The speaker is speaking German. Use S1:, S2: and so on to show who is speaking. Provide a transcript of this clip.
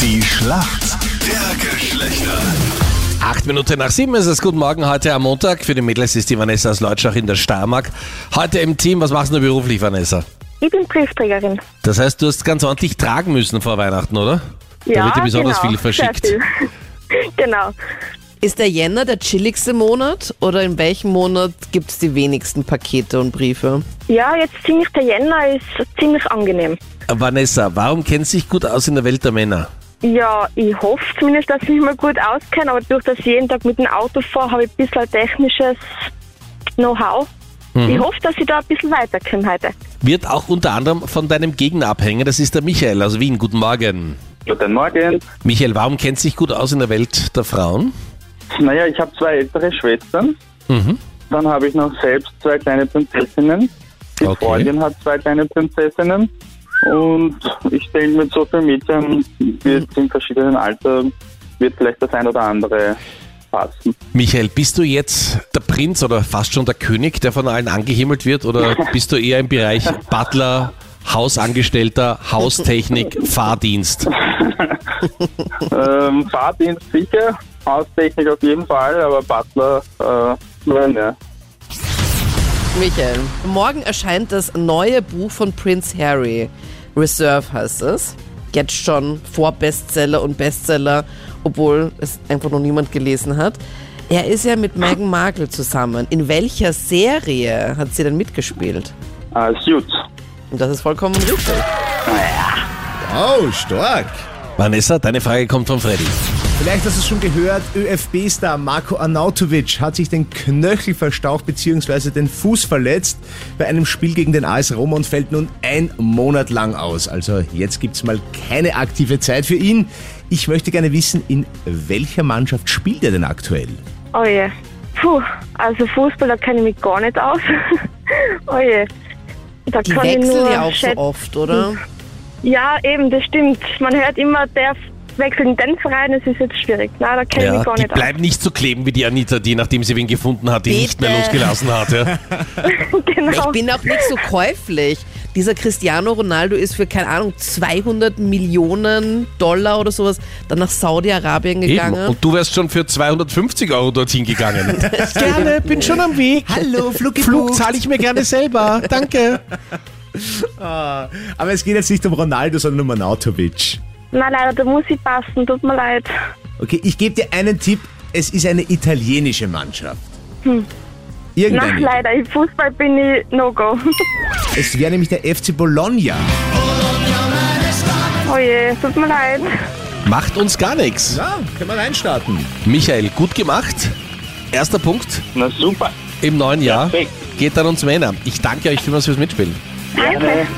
S1: Die Schlacht der Geschlechter.
S2: Acht Minuten nach sieben ist es. Guten Morgen heute am Montag. Für die Mädels ist die Vanessa aus Leutschach in der Starmark. Heute im Team, was machst du beruflich, Vanessa?
S3: Ich bin Briefträgerin.
S2: Das heißt, du hast ganz ordentlich tragen müssen vor Weihnachten, oder? da wird dir besonders viel verschickt.
S3: genau. Sehr viel. genau.
S4: Ist der Jänner der chilligste Monat oder in welchem Monat gibt es die wenigsten Pakete und Briefe?
S3: Ja, jetzt ziemlich der Jänner ist ziemlich angenehm.
S2: Vanessa, warum kennst du dich gut aus in der Welt der Männer?
S3: Ja, ich hoffe zumindest, dass ich mich mal gut auskenne, aber durch das ich jeden Tag mit dem Auto fahre, habe ich ein bisschen ein technisches Know-how.
S2: Mhm.
S3: Ich hoffe, dass ich da ein bisschen weiterkomme heute.
S2: Wird auch unter anderem von deinem Gegner abhängen. Das ist der Michael aus Wien. Guten Morgen.
S5: Guten Morgen.
S2: Michael, warum kennst du dich gut aus in der Welt der Frauen?
S5: Naja, ich habe zwei ältere Schwestern.
S2: Mhm.
S5: Dann habe ich noch selbst zwei kleine Prinzessinnen. Die
S2: Okay.
S5: Freundin hat zwei kleine Prinzessinnen. Und ich denke, mit so vielen Mädchen, wir sind in verschiedenen Alter, wird vielleicht das ein oder andere passen.
S2: Michael, bist du jetzt der Prinz oder fast schon der König, der von allen angehimmelt wird? Oder bist du eher im Bereich Butler, Hausangestellter, Haustechnik, Fahrdienst?
S5: ähm, Fahrdienst sicher, Haustechnik auf jeden Fall, aber Butler, äh, nein, ja.
S4: Michael, morgen erscheint das neue Buch von Prince Harry. Reserve heißt es. Jetzt schon vor Bestseller und Bestseller, obwohl es einfach noch niemand gelesen hat. Er ist ja mit Meghan Markle zusammen. In welcher Serie hat sie denn mitgespielt?
S5: Äh, Suits.
S4: Und das ist vollkommen richtig.
S6: Oh, stark.
S2: Vanessa, deine Frage kommt von Freddy.
S6: Vielleicht hast du es schon gehört, ÖFB-Star Marco Arnautovic hat sich den Knöchel verstaucht bzw. den Fuß verletzt bei einem Spiel gegen den AS Roma und fällt nun ein Monat lang aus. Also jetzt gibt's mal keine aktive Zeit für ihn. Ich möchte gerne wissen, in welcher Mannschaft spielt er denn aktuell?
S3: Oh je. Puh, also Fußball, da kenne ich mich gar nicht aus. oh je. Da
S4: Die
S3: kann ich
S4: wechseln
S3: nur
S4: ja auch so
S3: schätzen.
S4: oft, oder?
S3: Ja, eben, das stimmt. Man hört immer, der wechselt in den Verein, das ist jetzt schwierig. Nein, da kenne ich mich gar
S2: die
S3: nicht aus.
S2: bleibt nicht so kleben wie die Anita, die, nachdem sie wen gefunden hat, ihn
S4: Bitte.
S2: nicht mehr losgelassen hat. Ja.
S3: Genau.
S4: Ich bin auch nicht so käuflich. Dieser Cristiano Ronaldo ist für, keine Ahnung, 200 Millionen Dollar oder sowas dann nach Saudi-Arabien
S2: Eben.
S4: gegangen.
S2: Und du wärst schon für 250 Euro dorthin gegangen. gerne, bin schon am Weg.
S6: Hallo, Flug
S2: ich mir gerne selber. Danke.
S6: Ah. Aber es geht jetzt nicht um Ronaldo, sondern um Arnautovic.
S3: Nein, leider, da muss ich passen, tut mir leid.
S6: Okay, ich gebe dir einen Tipp. Es ist eine italienische Mannschaft.
S3: Nein,
S6: Irgendeine.
S3: leider, im Fußball bin ich No-Go.
S6: es wäre nämlich der FC Bologna.
S3: Oh je, tut mir leid.
S2: Macht uns gar nichts.
S6: Ja, Ah, können wir reinstarten.
S2: Michael, gut gemacht. Erster Punkt
S5: Na super.
S2: im neuen Jahr.
S5: Perfekt.
S2: Geht an uns Männer. Ich danke euch vielmals fürs Mitspielen.
S3: Danke.